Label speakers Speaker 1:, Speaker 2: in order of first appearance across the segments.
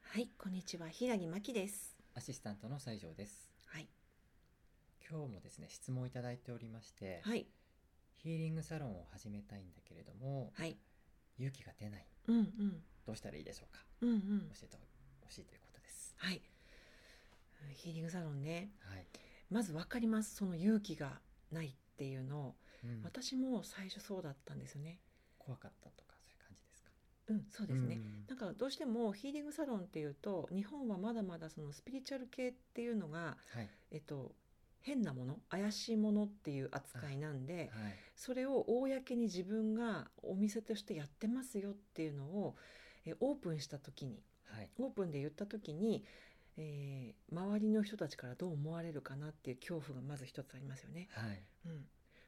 Speaker 1: はい、こんにちは、平木真希です。
Speaker 2: アシスタントの西条です
Speaker 1: はい、
Speaker 2: 今日もですね質問をいただいておりまして、
Speaker 1: はい、
Speaker 2: ヒーリングサロンを始めたいんだけれども、
Speaker 1: はい、
Speaker 2: 勇気が出ない
Speaker 1: うんうん、
Speaker 2: どうしたらいいでしょうか
Speaker 1: うんうん
Speaker 2: 教、えてほしいということです
Speaker 1: はい。ヒーリングサロンね、
Speaker 2: はい、
Speaker 1: まずわかります。その勇気がないっていうのを、
Speaker 2: うん
Speaker 1: 私も最初そうだったんですよね。
Speaker 2: 怖かったとかそういう感じですか
Speaker 1: うん、そうですね。
Speaker 2: ん
Speaker 1: なんかどうしてもヒーリングサロンっていうと、日本はまだまだそのスピリチュアル系っていうのが、
Speaker 2: はい
Speaker 1: えっと。変なもの怪しいものっていう扱いなんで
Speaker 2: はい
Speaker 1: それを公に自分がお店としてやってますよっていうのをえオープンした時に
Speaker 2: はい
Speaker 1: オープンで言った時に、えー周りの人たちからどう思われるかなっていう恐怖がまず一つありますよね。
Speaker 2: はい
Speaker 1: うん、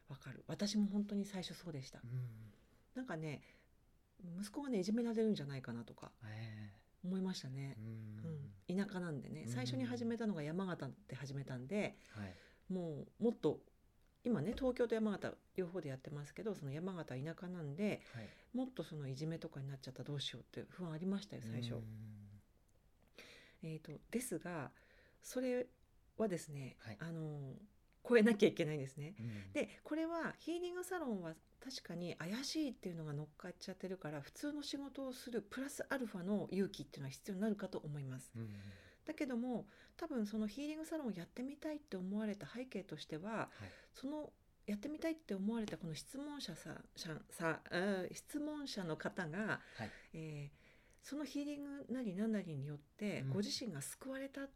Speaker 1: わかる私も本当に最初そうでした
Speaker 2: う。ん
Speaker 1: なんかね息子がねいじめられるんじゃないかなとか
Speaker 2: え
Speaker 1: 思いました
Speaker 2: え
Speaker 1: ね
Speaker 2: う。ん
Speaker 1: うん、田舎なんでね
Speaker 2: うん
Speaker 1: 最初に始めたのが山形で始めたんで
Speaker 2: はい
Speaker 1: もうもっと今ね東京と山形両方でやってますけどその山形田舎なんで
Speaker 2: はい
Speaker 1: もっとそのいじめとかになっちゃったらどうしようって不安ありましたよ最
Speaker 2: う
Speaker 1: 初
Speaker 2: ん。
Speaker 1: えー、とですがそれはですね、
Speaker 2: はい
Speaker 1: あのー超えなきゃいけないんですね。
Speaker 2: うん
Speaker 1: でこれはヒーリングサロンは確かに怪しいっていうのが乗っかっちゃってるから普通の仕事をするプラスアルファの勇気っていうのは必要になるかと思います。
Speaker 2: うん
Speaker 1: だけども多分そのヒーリングサロンをやってみたいって思われた背景としては
Speaker 2: はい
Speaker 1: そのやってみたいって思われたこの質問者さささうん質問者の方が、
Speaker 2: はい
Speaker 1: えーそのヒーリングなり何なりによって
Speaker 2: うん
Speaker 1: ご自身が救われたっ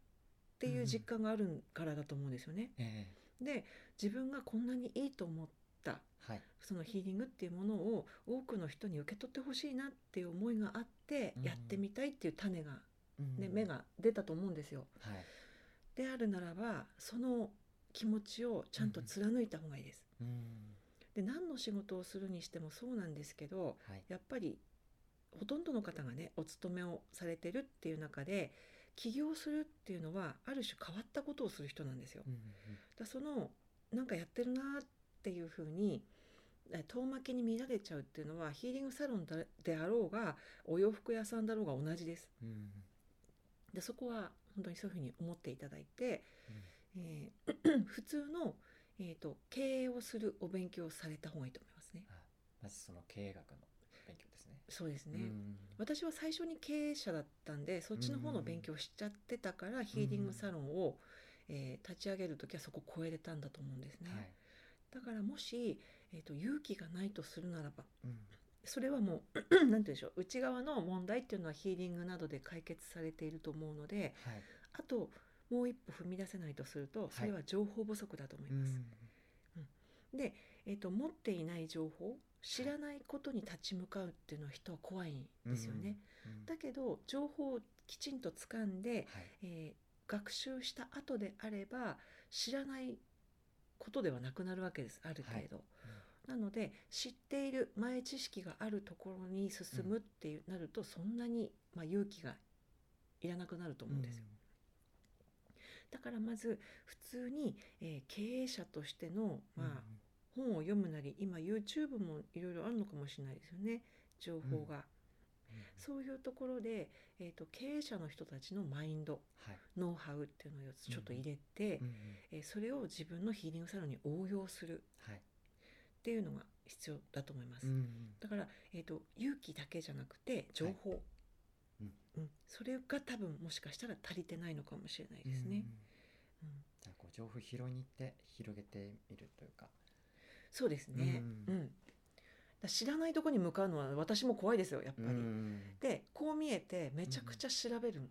Speaker 1: ていう実感があるからだと思うんですよね。
Speaker 2: え
Speaker 1: で自分がこんなにいいと思った
Speaker 2: えはい
Speaker 1: そのヒーリングっていうものを多くの人に受け取ってほしいなっていう思いがあって
Speaker 2: うん
Speaker 1: やってみたいっていう種が、ね
Speaker 2: うん
Speaker 1: 芽が出たと思うんですよ。
Speaker 2: はい
Speaker 1: であるならばその気持ちをちゃんと貫いた方がいいです。
Speaker 2: うん
Speaker 1: で何の仕事をするにしてもそうなんですけど
Speaker 2: はい
Speaker 1: やっぱりほとんどの方がねお勤めをされてるっていう中で起業するっていうのはある種変わったことをする人なんですよ。
Speaker 2: うん
Speaker 1: だそのなんかやってるなーっていうふうにえ遠巻きに見られちゃうっていうのはヒーリングサロンだであろうがお洋服屋さんだろうが同じです。
Speaker 2: うんうん
Speaker 1: でそこは本当にそういうふうに思っていただいて、
Speaker 2: うん
Speaker 1: えー 普通の、えー、と経営をするお勉強をされた方がいいと思いますね。
Speaker 2: あまずその経営学の勉強ですね
Speaker 1: そうですね、
Speaker 2: うん
Speaker 1: 私は最初に経営者だったんでそっちの方の勉強しちゃってたから、ヒーリングサロンを、えー立ち上げる時はそこ超えれたんだと思うんですね、
Speaker 2: はい
Speaker 1: だからもし、えー、と勇気がないとするならば
Speaker 2: うん
Speaker 1: それはもう なんて言うんでしょう内側の問題っていうのはヒーリングなどで解決されていると思うので
Speaker 2: はい
Speaker 1: あともう一歩踏み出せないとするとそれは情報不足だと思います、で、えー、と持っていない情報知らないことに立ち向かうっていうのは人は怖いんですよね、
Speaker 2: うん
Speaker 1: だけど情報をきちんと掴んで、
Speaker 2: はい
Speaker 1: えー学習した後であれば知らないことではなくなるわけですある程度、なので知っている前知識があるところに進むっていうなると、そんなに、まあ、勇気がいらなくなると思うんですよ、だからまず普通に、えー経営者としての、
Speaker 2: うん
Speaker 1: まあ本を読むなり今 YouTube もいろいろあるのかもしれないですよね情報が、
Speaker 2: うん
Speaker 1: そういうところで、えー、と経営者の人たちのマインド
Speaker 2: はい
Speaker 1: ノウハウっていうのをちょっと入れて、
Speaker 2: うん
Speaker 1: えーそれを自分のヒーリングサロンに応用する
Speaker 2: はい
Speaker 1: っていうのが必要だと思います、
Speaker 2: うん
Speaker 1: だから、えー、と勇気だけじゃなくて情報、
Speaker 2: うん
Speaker 1: うんそれが多分もしかしたら足りてないのかもしれないですね、
Speaker 2: うん
Speaker 1: うん
Speaker 2: じゃあこう情報拾いに行って広げてみるというか
Speaker 1: そうですね、
Speaker 2: う
Speaker 1: うんんだ知らないとこに向かうのは私も怖いですよやっぱり、
Speaker 2: うん
Speaker 1: でこう見えてめちゃくちゃ調べるん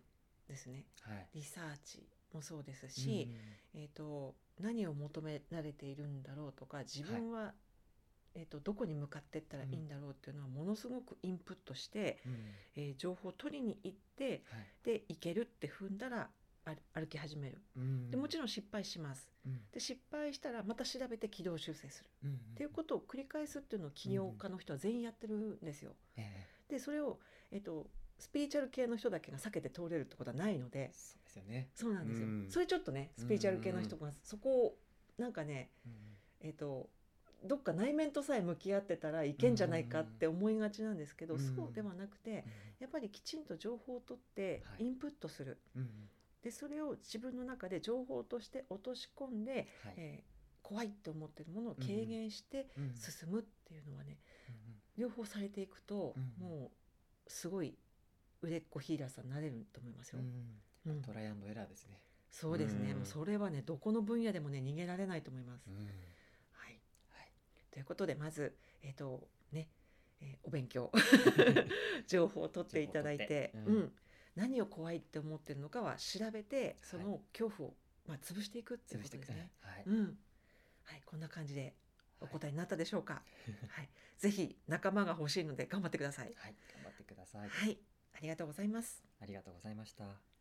Speaker 1: ですね、
Speaker 2: はい
Speaker 1: リサーチもそうですし、えー、と何を求められているんだろうとか自分はえー、とどこに向かっていったらいいんだろうっていうのはものすごくインプットして、
Speaker 2: うん
Speaker 1: えー情報を取りに行って
Speaker 2: はい
Speaker 1: で行けるって踏んだらあ歩き始める
Speaker 2: うん
Speaker 1: でもちろん失敗します
Speaker 2: うん
Speaker 1: で失敗したらまた調べて軌道修正する
Speaker 2: うん
Speaker 1: っていうことを繰り返すっていうのを起業家の人は全員やってるんですよ。
Speaker 2: え
Speaker 1: でそれを、えっと、スピリチュアル系の人だけが避けて通れるってことはないので
Speaker 2: えそうですよね。
Speaker 1: そうなんですよ、
Speaker 2: うん
Speaker 1: それちょっとねスピリチュアル系の人がそこをなんかね、
Speaker 2: うん
Speaker 1: えっと、どっか内面とさえ向き合ってたらいけんじゃないかって思いがちなんですけど、
Speaker 2: うん
Speaker 1: そうではなくて
Speaker 2: う
Speaker 1: やっぱりきちんと情報を取って
Speaker 2: はい
Speaker 1: インプットする、
Speaker 2: んうん
Speaker 1: でそれを自分の中で情報として落とし込んで、
Speaker 2: はい
Speaker 1: えー怖いって思ってるものを軽減して
Speaker 2: うんうん
Speaker 1: 進むっていうのはね、
Speaker 2: う
Speaker 1: 両方されていくと、
Speaker 2: うん
Speaker 1: もうすごい売れっ子ヒーラーさんになれると思いますよ
Speaker 2: んう。ん
Speaker 1: うん
Speaker 2: トライアンドエラーですね。
Speaker 1: そうですね、
Speaker 2: うん
Speaker 1: もうそれはねどこの分野でもね逃げられないと思います。
Speaker 2: う ん
Speaker 1: はい
Speaker 2: はい
Speaker 1: ということでまずえっ、とね、えーお勉強 情報を取っていただいて
Speaker 2: 情報を取ってうん
Speaker 1: うん何を怖いって思ってるのかは調べてその恐怖を、まあ、潰していくっていう
Speaker 2: 潰
Speaker 1: こ
Speaker 2: し
Speaker 1: と
Speaker 2: て
Speaker 1: で
Speaker 2: く
Speaker 1: す
Speaker 2: ださ
Speaker 1: ね
Speaker 2: い。。はい。
Speaker 1: うんはい、こんな感じでお答えになったでしょう か。はい、ぜひ仲間が欲しいので頑張ってください。
Speaker 2: はい。頑張ってくださ。
Speaker 1: はいい、ありがとうございます。
Speaker 2: ありがとうございました。